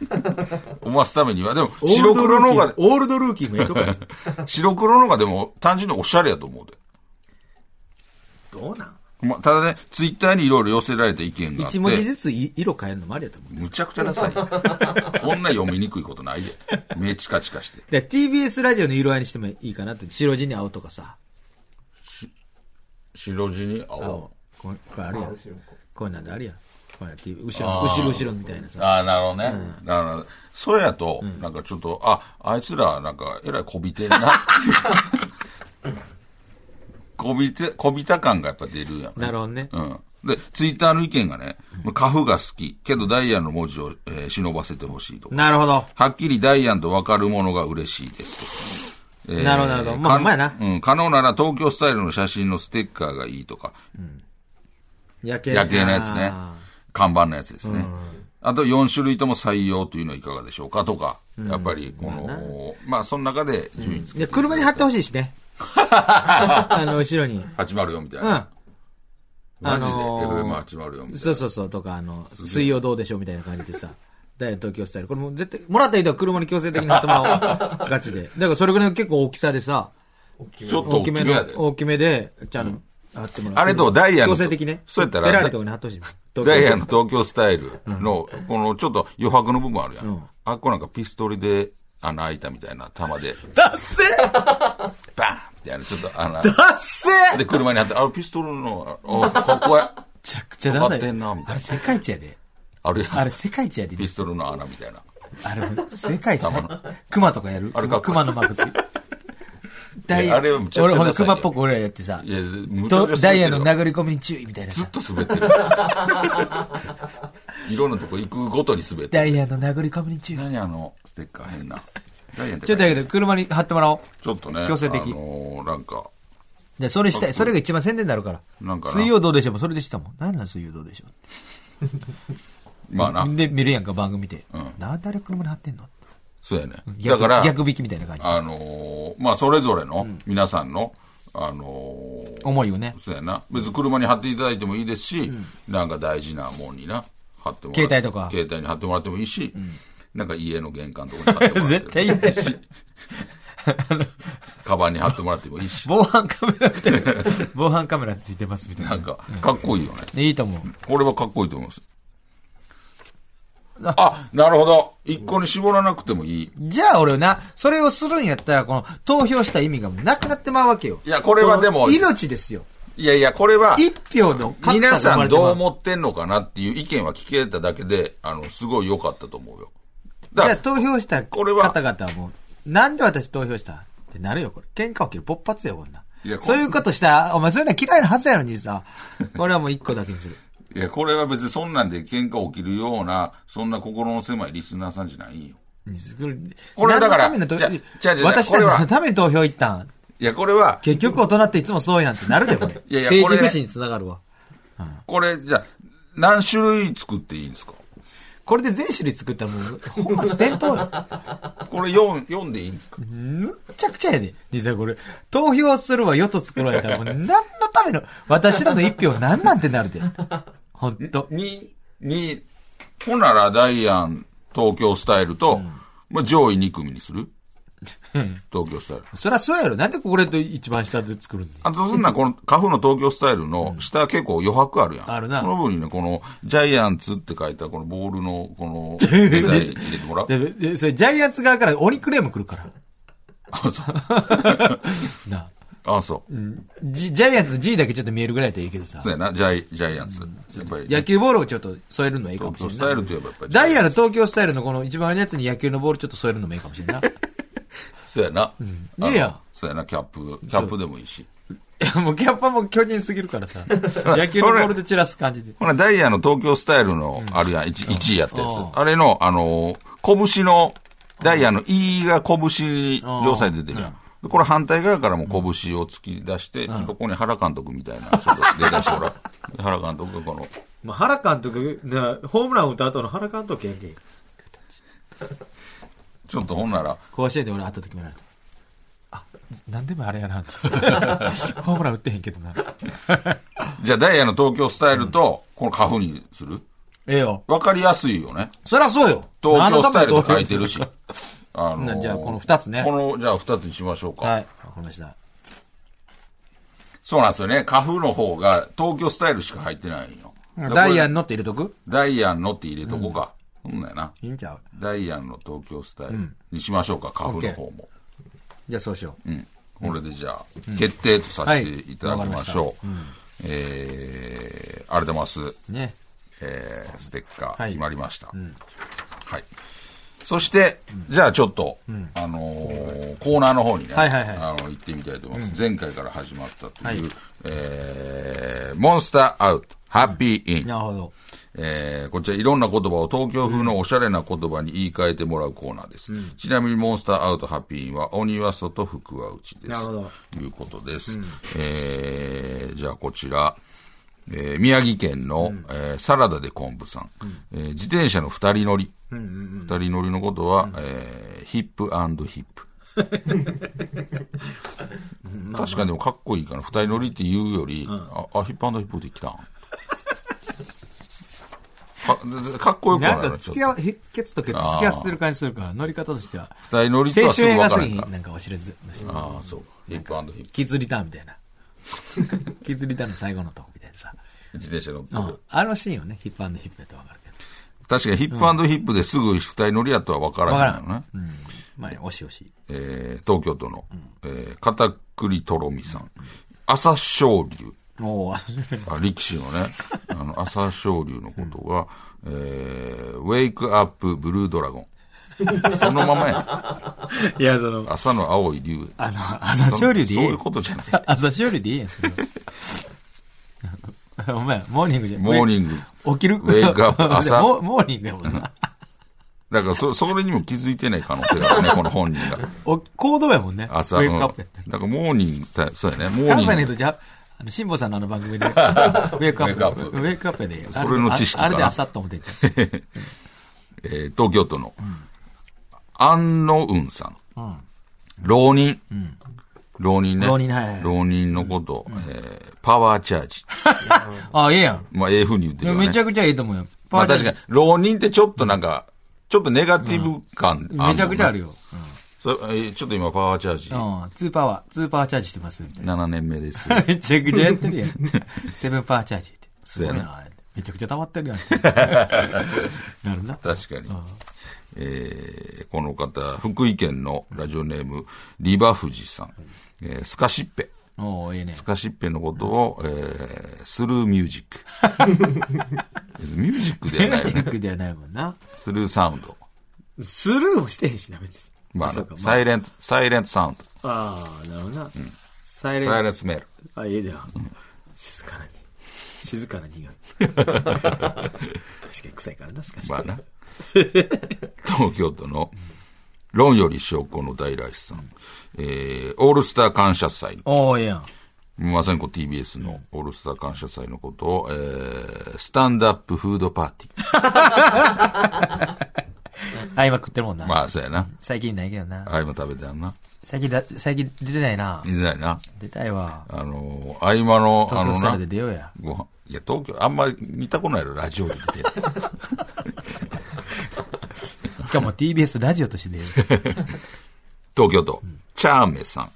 Speaker 2: 思わすためには、でも、
Speaker 1: オール
Speaker 2: 白
Speaker 1: ドル
Speaker 2: 黒の
Speaker 1: ーキー
Speaker 2: 方が、
Speaker 1: オールドルーキーもええとこ やぞ
Speaker 2: 白黒の方がでも、単純におしゃれやと思うで。
Speaker 1: どうなん
Speaker 2: まあ、ただね、ツイッターにいろいろ寄せられた意見があって。
Speaker 4: 一文字ずつい色変えるのもありやと思う。
Speaker 2: むちゃくちゃな さいよ。こんな読みにくいことないで。目チカチカして。
Speaker 4: で TBS ラジオの色合いにしてもいいかなって。白地に青とかさ。
Speaker 2: 白地に青
Speaker 4: こ。うこれあるやん。こういうなんであるやん。これ T- 後
Speaker 2: あ
Speaker 4: ろ、
Speaker 2: ー
Speaker 4: 後ろ後ろみたいなさ。
Speaker 2: ああ、なるほどね。なるほど。それやと、なんかちょっと、あ、あいつら、なんか、えらいこびてんな。 こびて、こびた感がやっぱ出るやん、ね。
Speaker 4: なるほどね。
Speaker 2: うん。で、ツイッターの意見がね、カフが好き、けどダイアンの文字を、えー忍ばせてほしいとか。
Speaker 4: なるほど。
Speaker 2: はっきりダイアンと分かるものが嬉しいですとか。えー
Speaker 4: なるほどなるほどまあ
Speaker 2: か
Speaker 4: うまいな
Speaker 2: うん。可能なら東京スタイルの写真のステッカーがいいとか、
Speaker 4: 夜景
Speaker 2: 夜景のやつね。看板のやつですね。あと4種類とも採用というのはいかがでしょうかとか、やっぱりこの、まあその中で順位つけ
Speaker 4: で、車に貼ってほしいしね。 あの、後ろに。
Speaker 2: 804みたいうな。
Speaker 4: ん。
Speaker 2: マジで
Speaker 4: あの
Speaker 2: FM804 みたい
Speaker 4: そうそうそう、とか、あの、水曜どうでしょうみたいな感じでさ。だよ、東京スタイル。これもう絶対、もらった人は車に強制的に貼ってもらおう。ガチで。だからそれぐらいの結構大きさでさ、
Speaker 2: な。ちょっと大
Speaker 4: 大き
Speaker 2: き
Speaker 4: め
Speaker 2: め
Speaker 4: の
Speaker 2: やで、。
Speaker 4: 大きめで、ちゃんと貼ってもらう。
Speaker 2: あれどうダイヤの
Speaker 4: 強制的ね。
Speaker 2: そうやったら
Speaker 4: ペラーリとかに貼ってほしい。
Speaker 2: ダイヤの東京スタイルの、このちょっと余白の部分あるやん。
Speaker 4: うん
Speaker 2: あっこなんかピストルで穴開いたみたいな玉 で、
Speaker 4: ダッセ
Speaker 2: バーンみたいな、ちょっと穴。
Speaker 4: ダッセめ
Speaker 2: で、車にあって、あ、ピストルの、あ、かっこええ。
Speaker 4: ちゃくちゃダサ
Speaker 2: 尖ってんないみ。た
Speaker 4: あ
Speaker 2: い
Speaker 4: れ
Speaker 2: な
Speaker 4: 世界一やで。
Speaker 2: あるやん
Speaker 4: あれ世界一やで。
Speaker 2: ピストルの穴みたいな。
Speaker 4: あれ、世界一熊とかやる
Speaker 2: あれか
Speaker 4: 熊のマークつけ。ダイ
Speaker 2: い
Speaker 4: ヤ
Speaker 2: やあれはむちゃくちゃダサい
Speaker 4: 俺、
Speaker 2: よ
Speaker 4: ほんで熊っぽく俺らやってさ
Speaker 2: いや、むちゃ
Speaker 4: と
Speaker 2: くちゃ
Speaker 4: ダ
Speaker 2: 滑って
Speaker 4: イヤ
Speaker 2: るよ。
Speaker 4: の殴り込みに注意みたいな
Speaker 2: ずっ
Speaker 4: さ。
Speaker 2: と滑ってる。 いろんなとこ行くごとに滑って
Speaker 4: ダ
Speaker 2: る。
Speaker 4: イヤの殴り込みに注意。
Speaker 2: 何あの、ステッカー変な。ダイヤって
Speaker 4: ちょっとだけど、車に貼ってもらおう。
Speaker 2: ちょっとね。
Speaker 4: 強制的
Speaker 2: あのーなんか、
Speaker 4: で、それしたい。それが一番宣伝になるから。
Speaker 2: なんかな
Speaker 4: 水曜どうでしょうもそれでしたもん。なんなん水曜どうでしょうって
Speaker 2: まあな。
Speaker 4: で、見るやんか、番組で。
Speaker 2: うん
Speaker 4: なんであれ車に貼ってんの
Speaker 2: そうやね。だ
Speaker 4: 逆
Speaker 2: から、
Speaker 4: 逆引きみたいな感じ。
Speaker 2: あのーまあ、それぞれの皆さんの、あのー
Speaker 4: 思いをね。
Speaker 2: そうやな。別に車に貼っていただいてもいいですし、なんか大事なもんにな、貼ってもらって
Speaker 4: 携帯とか
Speaker 2: 携帯に貼ってもらってもいいし、なんか家の玄関とかに貼ってもらっても
Speaker 4: 絶対言う
Speaker 2: いいし、 カバンに貼ってもらってもいいし、
Speaker 4: 防犯カメラみ たいな。防犯カメラついてますみたい
Speaker 2: な
Speaker 4: な。
Speaker 2: んか、かっこいいよね。
Speaker 4: でいいと思う。
Speaker 2: これはかっこいいと思います。あ、なるほど。一個に絞らなくてもいい。
Speaker 4: じゃあ俺な、それをするんやったら、この投票した意味がなくなってまうわけよ。
Speaker 2: いやこれはでも
Speaker 4: この命ですよ。
Speaker 2: いやいや、これは、
Speaker 4: 一票の格差が
Speaker 2: 皆さんどう
Speaker 4: 生まれてま
Speaker 2: 思ってんのかなっていう意見は聞けただけで、あの、すごい良かったと思うよ。だか
Speaker 4: じゃあ
Speaker 2: ら、
Speaker 4: 投票した方
Speaker 2: これは
Speaker 4: 々はもう、なんで私投票したってなるよ、これ。喧嘩起きる。勃発よ、こんない
Speaker 2: や。こ
Speaker 4: そういうことしたら、お前そういうの嫌いなはずやのにさ、これはもう一個だけにする。
Speaker 2: いや、これは別にそんなんで喧嘩起きるような、そんな心の狭いリスナーさんじゃないよ。
Speaker 4: こ
Speaker 2: これはだから
Speaker 4: 何のため
Speaker 2: じゃあ
Speaker 4: の投
Speaker 2: じゃあじゃあ
Speaker 4: 私
Speaker 2: こ
Speaker 4: たち
Speaker 2: れは
Speaker 4: のために投票行ったん
Speaker 2: いや、これは、
Speaker 4: 結局大人っていつもそうやんってなるで、これ。
Speaker 2: いやいや
Speaker 4: 政
Speaker 2: これ
Speaker 4: 治不信につながるわ。
Speaker 2: これ、じゃあ何種類作っていいんですか
Speaker 4: これで全種類作ったらもう、本末転倒よ。
Speaker 2: これ4、4でいいんですか
Speaker 4: むっちゃくちゃやで。実際これ、投票するわ、よと作ら れたら、もう何のための、私らの一票何なんてなるで。ほんと。
Speaker 2: ?2、2、ほんならダイアン、東京スタイルと、まあ、上位2組にする東京スタイル。
Speaker 4: そりゃそうやろ。なんでこれと一番下で作るんだ
Speaker 2: あと、そんな、この、カフの東京スタイルの、下結構余白あるやん。
Speaker 4: あるな
Speaker 2: この部分にね、この、ジャイアンツって書いた、このボールの、この、 デザイン入れてもらう。
Speaker 4: でで、それジャイアンツ側から鬼クレーム来るから。なあ
Speaker 2: あ、そう。
Speaker 4: ジジャイアンツの G だけちょっと見えるぐらいでいいけどさ
Speaker 2: そう。やな、ジャイ、ジャイアンツ。やっぱり、
Speaker 4: 野球ボールをちょっと添えるのはいいかも
Speaker 2: 東
Speaker 4: しれ
Speaker 2: 京ス。タ
Speaker 4: ない
Speaker 2: イルといえばやっぱり。
Speaker 4: ダイヤの東京スタイルのこの一番上のやつに野球のボールちょっと添えるのもいいかもしれん ない。
Speaker 2: そうやな。
Speaker 4: ねえや
Speaker 2: あのそうやな、キャップ、キャップでもいいし。
Speaker 4: いや、もうキャッパも巨人すぎるからさ。野球のボールで散らす感じで。
Speaker 2: ほな、ダイヤの東京スタイルの、あるやん、1, 位やったやつ。あれの、あのー、拳の、ダイヤの E が拳に両サイド出てるやん。でこれ反対側からも拳を突き出して、ちょっとここに原監督みたいな、ちょっと出だしてもら う。原監督がこの、
Speaker 4: まあ、原監督、なホームラン打った後の原監督やんけ。
Speaker 2: ちょっとほんなら、
Speaker 4: 甲子園で俺会った時見られた。あ、なんでもあれや な。ホームラン打ってへんけどな。
Speaker 2: じゃあダイヤの東京スタイルと、このカフにする
Speaker 4: ええよ。
Speaker 2: わかりやすいよね。
Speaker 4: そりゃそうよ。
Speaker 2: 東京スタイルと
Speaker 4: 何のた
Speaker 2: 書
Speaker 4: め
Speaker 2: い
Speaker 4: に
Speaker 2: てるし。あのー
Speaker 4: じゃあこの二つね
Speaker 2: この、じゃあ二つにしましょうか。
Speaker 4: はい。わかりました。
Speaker 2: そうなんですよね。カフの方が東京スタイルしか入ってないんよ。
Speaker 3: ダイアンのって入れとく
Speaker 2: ダイアンのって入れとこうか。そうんだよな。
Speaker 3: いいんちゃう
Speaker 2: ダイアンの東京スタイルにしましょうか、カフの方も。
Speaker 3: じゃあそうしよう。
Speaker 2: うん。これでじゃあ、決定とさせていただきましょう。えー、ありがとうございます。
Speaker 3: ね。
Speaker 2: えーステッカー決まりました。はい。そして、じゃあちょっと、あのーコーナーの方にね、
Speaker 3: はいはいはい
Speaker 2: あの行ってみたいと思います、前回から始まったという、えーモンスターアウト、ハッピーイン。
Speaker 3: なるほど。
Speaker 2: えーこちらいろんな言葉を東京風のおしゃれな言葉に言い換えてもらうコーナーです。ちなみにモンスターアウトハッピーインは鬼は外福は内です。
Speaker 3: なるほど
Speaker 2: ということです。えーじゃあこちら。えー宮城県の、えーサラダで昆布さん、えー自転車の二人乗り。二、人乗りのことは、えーヒップヒップ。確かにでもかっこいいから、二人乗りって言うより、あ、あヒップヒップで来たん。 かかっこよくは
Speaker 1: なん
Speaker 2: ない
Speaker 1: か、付き合わ、へケツとケツ付き合わせてる感じするから、乗り方としては。
Speaker 2: 二人乗りと
Speaker 1: 青
Speaker 2: はすぐ
Speaker 1: 春映
Speaker 2: 分か
Speaker 1: 画す
Speaker 2: ら
Speaker 1: ぎ
Speaker 2: ん
Speaker 1: ひ
Speaker 2: か
Speaker 1: んなんかお知らずの人。
Speaker 2: ああ、そう。ヒップヒップ。
Speaker 1: キッズリターンみたいな。キッズリターンの最後のとこみたいなさ。
Speaker 2: 自転車乗って
Speaker 1: う
Speaker 2: る。
Speaker 1: ん。あのシーンをね、ヒップヒップだとわかるけど。
Speaker 2: 確かにヒップヒップですぐ二人乗りやとは分から
Speaker 1: わか
Speaker 2: な
Speaker 1: ら
Speaker 2: い
Speaker 1: ん
Speaker 2: のね。
Speaker 1: うん。まあ、ね、おしおし。
Speaker 2: えー東京都の、えー、片栗とろみさん。朝青龍。
Speaker 1: おー
Speaker 2: あ力士の ね、あの、朝青龍のことが、えー、ウェイクアップブルードラゴン。そのままや。
Speaker 1: いや、その、
Speaker 2: 朝の青い龍。
Speaker 1: あの、朝青龍でいい
Speaker 2: そう
Speaker 1: や。
Speaker 2: いうんことじゃない。
Speaker 1: 朝青龍でいいやん、それは お前、モーニングじゃん
Speaker 2: モーニング。
Speaker 1: 起きるウ
Speaker 2: ェ イクアップ朝
Speaker 1: モモーニングやもんな。
Speaker 2: だから、そ、それにも気づいてない可能性がある ね、この本人が。
Speaker 1: お行動やもんね。
Speaker 2: 朝、
Speaker 1: ウ
Speaker 2: う
Speaker 1: ェ
Speaker 2: ん。
Speaker 1: イク
Speaker 2: だ
Speaker 1: アッ
Speaker 2: か
Speaker 1: プやったら。
Speaker 2: ら、モーニングた、そうやね、モー
Speaker 1: 関
Speaker 2: ニング。
Speaker 1: 西の人じゃ、あの、辛坊さんのあの 番組で、ウェイクアッ
Speaker 2: ウェ
Speaker 1: プ。
Speaker 2: イクアップ
Speaker 1: ウェイクアップやで。
Speaker 2: それの知識か
Speaker 1: あ
Speaker 2: な
Speaker 1: れでああれで朝と思ってんじゃ
Speaker 2: えー東京都の、安野雲さん。浪人。浪人ね。
Speaker 1: 浪人はいはい
Speaker 2: 浪人のこと、えーパワーチャージ。
Speaker 1: ん。あ、ええやん。
Speaker 2: まあ、ええ風に言ってるよね。
Speaker 1: めちゃくちゃいいと思うよ。
Speaker 2: まあ確かに、浪人ってちょっとなんか、ちょっとネガティブ感、
Speaker 1: めちゃくちゃある
Speaker 2: よ。
Speaker 1: よ。
Speaker 2: それえーちょっと今パワーチャージ
Speaker 1: う。ん。ツーパワー、ツーパワーチャージしてます、みたいな。
Speaker 2: 7年目です。
Speaker 1: めちゃくちゃやって るやん。セブンパワーチャージって。すごい
Speaker 2: そうや
Speaker 1: な、あれめちゃくちゃ溜まっ てるやん。なるな。
Speaker 2: 確かに。えーこの方、福井県のラジオネーム、リバフジさん。えースカシッペ。
Speaker 1: おおええね
Speaker 2: ス。カシッペのことを、えースルーミュージック。別にミュージックではないよ
Speaker 1: ピ ン
Speaker 2: ね。
Speaker 1: クではないもんな。
Speaker 2: スルーサウンド。
Speaker 4: スルーもしてへんしな、別に。
Speaker 2: まあ、あ
Speaker 4: そ
Speaker 2: の
Speaker 4: うかまあ
Speaker 2: サイレント、サイレントサウンド。
Speaker 4: ああ、なるほどな。サイレン
Speaker 2: サイレントスメール。
Speaker 4: あ、いいだよ。静かなに。静かな匂 い。確かに臭いからな、すかし。
Speaker 2: まあな。東京都の、論より証拠の大来さん。えー、オールスター感謝祭。
Speaker 1: おおええやん。
Speaker 2: まさにこう TBS のオールスター感謝祭のことを、えー、スタンドアップフードパーティー。
Speaker 1: あ、今食ってるもんな。
Speaker 2: まあ、そうやな。
Speaker 1: 最近ないけどな。
Speaker 2: あいも食べたんな。
Speaker 1: 最近だ、最近出てないな。
Speaker 2: いないな。
Speaker 1: 出たいわ。
Speaker 2: あのー、合間の、あ
Speaker 1: 東京
Speaker 2: の
Speaker 1: スタ
Speaker 2: な
Speaker 1: イルで、出ようや。
Speaker 2: ご飯。いや、東京、あんまり見たことないの、ラジオで出て。
Speaker 1: しかも TBS ラジオとして出よ う。
Speaker 2: 東京都、チャーメさん。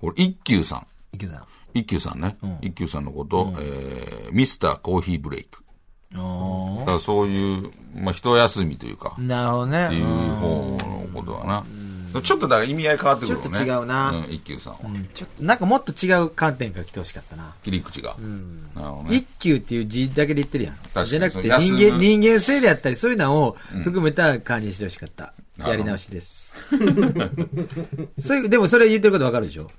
Speaker 2: これ、一休さん。
Speaker 1: 池さ
Speaker 2: 一休さんね。一休さんのこと、えー、ミスターコーヒーブレイク。
Speaker 1: ん。お
Speaker 2: だからそういう、まあ、一休みというか、
Speaker 1: ーなるほどね
Speaker 2: っていう。方のことだな。ちょっとだから意味合い変わってくるよね。
Speaker 4: ちょっと違うな
Speaker 2: うん、一休さんは。
Speaker 4: ちょっとなんかもっと違う観点から来てほしかったな。
Speaker 2: 切り口が。なるほどね。
Speaker 4: 一休っていう字だけで言ってるや
Speaker 2: か
Speaker 4: ん。
Speaker 2: に
Speaker 4: じゃなくて人
Speaker 2: そう休
Speaker 4: 間、
Speaker 2: む
Speaker 4: 人間性であったり、そういうのを含めた感じにしてほしかった。
Speaker 2: ほど
Speaker 4: やり直しです。 そういう、でもそれ言ってることわかるでしょ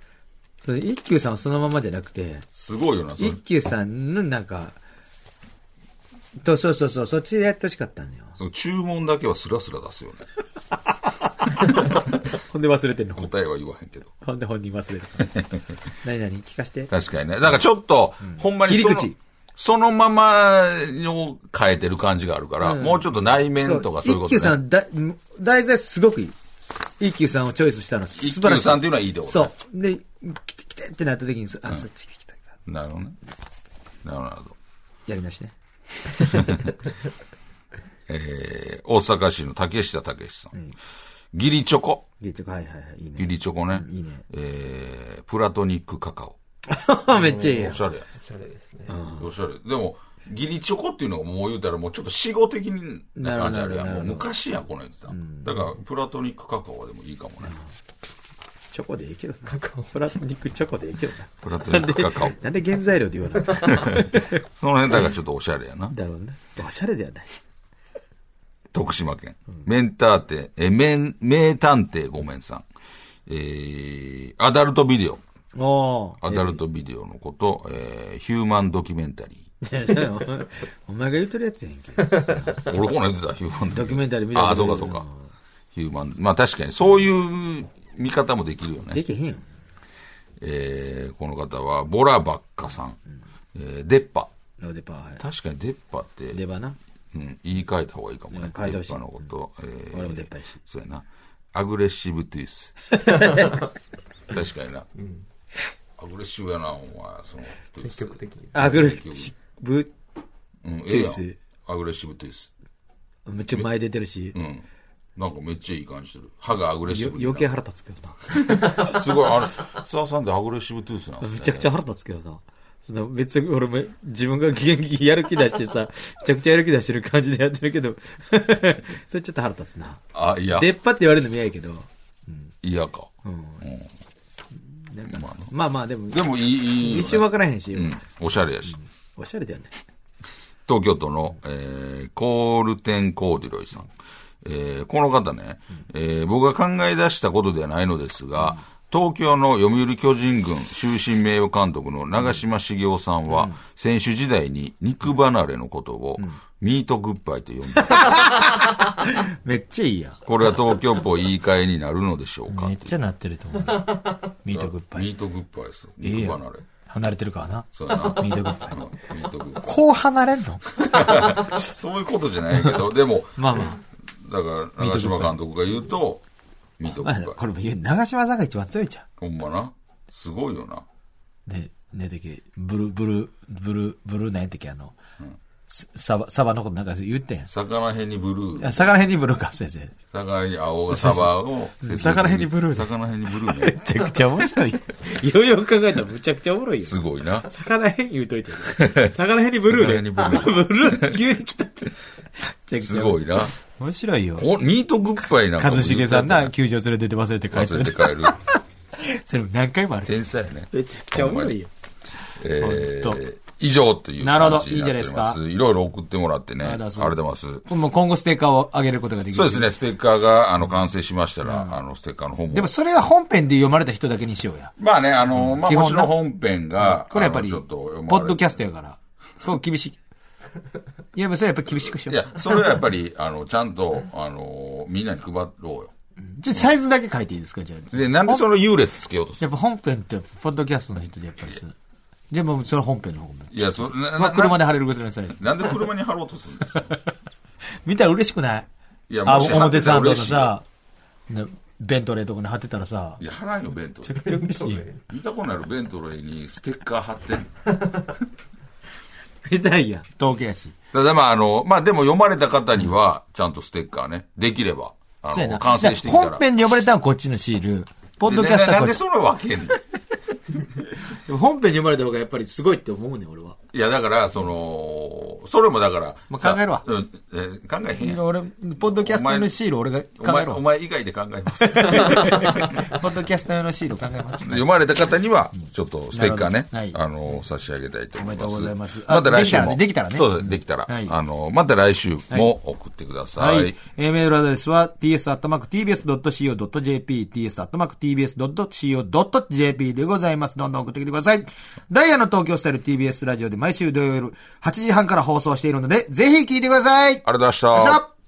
Speaker 4: それ一休さんはそのままじゃなくて、
Speaker 2: すごいよな、それ
Speaker 4: 一。休さんのなんか、と、そうそうそう、そっちでやってほしかったんだよ。
Speaker 2: その注文だけはスラスラ出すよね。
Speaker 4: ほんで忘れてんの。
Speaker 2: 答えは言わへんけど。
Speaker 4: ほんで本人忘れてる。 何何聞かして。
Speaker 2: 確かにね。だからちょっと、ほんまにその
Speaker 4: 切り口
Speaker 2: そのままを変えてる感じがあるから、もうちょっと内面とかそういう
Speaker 4: 一
Speaker 2: こと
Speaker 4: 休
Speaker 2: ね。
Speaker 4: さん、だ、題材すごくいい。一休さんをチョイスしたのは素
Speaker 2: 一
Speaker 4: 晴ら
Speaker 2: 休
Speaker 4: しい。
Speaker 2: さんっていうのはいいところ
Speaker 4: そ
Speaker 2: ね。
Speaker 4: う。で、来て、来てってなった時に、そあ、そっち聞きたいから。
Speaker 2: なるほどね。なるほど。
Speaker 4: やり直しね。
Speaker 2: えー、大阪市の竹下武さん。ギリチョコ。
Speaker 4: 結局、はいはいはい、いいね。
Speaker 2: ギリチョコね。
Speaker 4: いいね
Speaker 2: えー、プラトニックカカオ。
Speaker 3: めっちゃいいや
Speaker 2: お
Speaker 3: ん
Speaker 2: し。ゃれや。
Speaker 4: それですね。
Speaker 2: おしゃれ。でも、義理チョコっていうのがもう言うたらもうちょっと死後的な感じあ
Speaker 3: なるほど
Speaker 2: るやん。
Speaker 3: なるほど
Speaker 2: もう昔や、このやつだ。だから、プラトニックカカオでもいいかもね。
Speaker 3: チョコでいいけどな。プラトニックチョコでいいけどな。
Speaker 2: プラトニックカカオ。
Speaker 3: なんで原材料で言わ なかったん
Speaker 2: その辺だからちょっとおしゃれやな。
Speaker 3: だろうな。おしゃれではない。
Speaker 2: 徳島県。メンターテ、え、メン、名探偵ごめんさん。えー、アダルトビデオ。
Speaker 3: お
Speaker 2: アダルトビデオのこと、えー、ヒューマンドキュメンタリー。
Speaker 3: ー。お前が言うとるやつやんけ。
Speaker 2: 俺この間出た、ヒューマン
Speaker 3: ドキュメンタリー 見た
Speaker 2: ああ、
Speaker 3: こと
Speaker 2: そう
Speaker 3: な
Speaker 2: か
Speaker 3: い
Speaker 2: そうか。ヒューマン、まあ確かにそういう見方もできるよね
Speaker 3: で。きへんよ。
Speaker 2: えー、この方は、ボラバッカさん。えー、デッパ。
Speaker 3: ロデパー。
Speaker 2: 確かにデッパって、
Speaker 3: 出ばな。
Speaker 2: うん、言い換えた方がいいかもね。
Speaker 3: うん変えて
Speaker 2: デ
Speaker 3: ほしい
Speaker 2: ッパのこと。えー
Speaker 3: 俺も出っ歯やし
Speaker 2: そうやな。アグレッシブトゥー ス。確かにな。アグレッシブやな、お前、その、トゥース
Speaker 4: 積極的に。
Speaker 3: アグレッシブ。
Speaker 2: うん、え
Speaker 3: ト
Speaker 2: え
Speaker 3: ゥ
Speaker 2: や
Speaker 3: ー
Speaker 2: ん
Speaker 3: ス
Speaker 2: アグレッシブトゥース。
Speaker 3: めっちゃ前出てるし。
Speaker 2: うん。なんかめっちゃいい感じする。歯がアグレッシ
Speaker 3: よ
Speaker 2: ブにな
Speaker 3: 余計腹立つけ どな。
Speaker 2: すごい、あれ、澤さんってアグレッシブトゥースなんですね
Speaker 3: めちゃくちゃ腹立つけどな。その別に俺も自分が元気やる気出して さ、めちゃくちゃやる気出してる感じでやってるけ ど、それちょっと腹立つな。
Speaker 2: あ、いや、
Speaker 3: 出っ歯って言われるのも嫌やけど、
Speaker 2: 嫌か。
Speaker 3: なんかまあまあでも、
Speaker 2: でもいい、いいよね
Speaker 3: 一生わからへんし、
Speaker 2: うん、おしゃれやし。
Speaker 3: おしゃれだよね。
Speaker 2: 東京都の、えー、コールテン・コーディロイさん。えー、この方ね、えー、僕が考え出したことではないのですが、東京の読売巨人軍終身名誉監督の長嶋茂雄さんは、選手時代に肉離れのことを、ミートグッバイと呼んでいた
Speaker 3: めっちゃいいやん。
Speaker 2: これは東京っぽい言い換えになるのでしょうか
Speaker 1: めっちゃなってると 思うな。ミートグッバイ。
Speaker 2: ミートグッバイです。
Speaker 1: いい
Speaker 2: 肉
Speaker 1: や
Speaker 2: 離れ。
Speaker 1: 離れてるからな。
Speaker 2: そうやな。うん
Speaker 1: ミートグッバイ。
Speaker 2: ミートグッバイ。
Speaker 1: こう離れんの
Speaker 2: そういうことじゃないけど、でも、
Speaker 1: まあま
Speaker 2: だから、長嶋監督が言うと、ミート
Speaker 1: あ。
Speaker 2: グ
Speaker 1: ま
Speaker 2: ッ
Speaker 1: あ、こ
Speaker 2: バイ。
Speaker 1: れも言う、長島さんが一番強いじゃ
Speaker 2: ほんまな。すごいよな。
Speaker 1: ん。ね、ねてけ、ブル、ブル、ブル、ブルなんやったっけ、あの、すサバ、サバのことなんか言ってん。
Speaker 2: 魚へんにブルー。
Speaker 1: 魚辺にブルーか、先生。
Speaker 2: 魚へんに青がサバを。
Speaker 1: う魚へんにブルー
Speaker 2: 魚へんにブルーね
Speaker 1: め。ちゃくちゃ面白い。
Speaker 3: ようよう考えたらむちゃくちゃおもろいよ。
Speaker 2: すごい な。
Speaker 3: 魚へん言うとい て。魚へんにブルー
Speaker 2: 魚へん
Speaker 3: で。
Speaker 2: に
Speaker 3: ブ
Speaker 2: ブルー
Speaker 3: ルー急に来たって。
Speaker 2: すごいな。
Speaker 1: 面白いよ。
Speaker 2: おミートグッバイなんかも
Speaker 1: 一
Speaker 2: 言う
Speaker 1: 茂
Speaker 2: てた
Speaker 1: さ
Speaker 2: よ
Speaker 1: ん
Speaker 2: ね
Speaker 1: な、球場連れてって忘れて帰って
Speaker 2: 忘れて
Speaker 1: る。
Speaker 2: 帰る。
Speaker 1: それも何回もある。
Speaker 2: 天才やね。
Speaker 3: めちゃくちゃおもろいよ。
Speaker 2: え
Speaker 1: ほん
Speaker 2: ー、以上という
Speaker 1: なるほど
Speaker 2: 感じになっております。
Speaker 1: い
Speaker 2: いろいろ送ってもらってね。あ
Speaker 1: あ
Speaker 2: り
Speaker 1: り
Speaker 2: が
Speaker 1: が
Speaker 2: と
Speaker 1: と
Speaker 2: う
Speaker 1: う
Speaker 2: ご
Speaker 1: ご
Speaker 2: ざいます。
Speaker 1: もう今後ステッカーを上げることができ
Speaker 2: そ
Speaker 1: る。
Speaker 2: うですね、ステッカーが、あの、完成しましたら、あの、ステッカーの方も。
Speaker 1: でもそれは本編で読まれた人だけにしようや。
Speaker 2: まあね、あの、まあ、
Speaker 1: 基
Speaker 2: も
Speaker 1: 本な
Speaker 2: ちろん本編が、
Speaker 1: これやっぱり、
Speaker 2: あのちょ
Speaker 1: ポ
Speaker 2: と
Speaker 1: ッドキャス
Speaker 2: ト。
Speaker 1: トやから。こう厳しい。いや、それはやっぱ厳しくしよ。
Speaker 2: いうや、それはやっぱ り、あの、ちゃんと、あの、みんなに配ろうよ。
Speaker 1: じゃあサイズだけ書いていいですかじゃあ。
Speaker 2: で、なんでその優劣つけようとする
Speaker 1: やっぱ本編って、ポッドキャストの人でやっぱりする。じゃあもうそれ本編の方も。
Speaker 2: いや、それ、な
Speaker 1: まあ、車
Speaker 2: な
Speaker 1: で貼れることにさいです。
Speaker 2: なんで車に貼ろうとするん ですか
Speaker 1: 見たら嬉しくない
Speaker 2: いや
Speaker 1: あ、
Speaker 2: もし貼って
Speaker 1: 表
Speaker 2: たら
Speaker 1: 参道の
Speaker 2: 嬉しいよ
Speaker 1: さ、ねベントレーとかに貼ってたらさ、
Speaker 2: いや、貼らんよ、弁当
Speaker 1: めち。ゃくちゃ嬉 しいよ。
Speaker 2: 見たことのある弁当の絵にステッカー貼ってん
Speaker 1: 下手いやん、統計やし。
Speaker 2: ただまあ、あの、まあでも読まれた方には、ちゃんとステッカーね、できれば、あ
Speaker 1: そうや
Speaker 2: の、
Speaker 1: な。
Speaker 2: 完成してきた
Speaker 1: 本
Speaker 2: ら。
Speaker 1: 編で呼ばれたのはこっちのシール。ポッド
Speaker 2: で
Speaker 1: キャスト
Speaker 2: な
Speaker 1: は
Speaker 2: な
Speaker 1: こ
Speaker 2: んで
Speaker 1: っち。
Speaker 2: それ分けんの
Speaker 3: でも本編に読まれた方がやっぱりすごいって思うね、俺は。
Speaker 2: いや、だから、その、それもだから、
Speaker 1: まあ考えるわ
Speaker 2: さうんえー考えへんやん。
Speaker 1: 俺、ポッドキャスト用のシール俺が考
Speaker 2: お前、
Speaker 1: えろ
Speaker 2: お。前以外で考えます。
Speaker 1: ポッドキャスト用のシール考えます。
Speaker 2: 読まれた方には、ちょっとステッカーね、
Speaker 1: なるほど
Speaker 2: あの、差し上げたいと思います。
Speaker 1: おめでとうございますあ
Speaker 2: また来週も。
Speaker 1: できたらねできた
Speaker 2: そう
Speaker 1: らね
Speaker 2: です、できたら。
Speaker 1: はい
Speaker 2: あの、また来週も送ってください。
Speaker 1: はい。えーメールアドレスは ts.tbs.co.jp ts.tbs.co.jp でございます。どんどん送ってきてください。ダイヤの東京スタイル TBS ラジオで毎週土曜夜8時半から放送しているので、ぜひ聞いてください。あ
Speaker 2: あり
Speaker 1: り
Speaker 2: がとうございました
Speaker 1: がとうございました。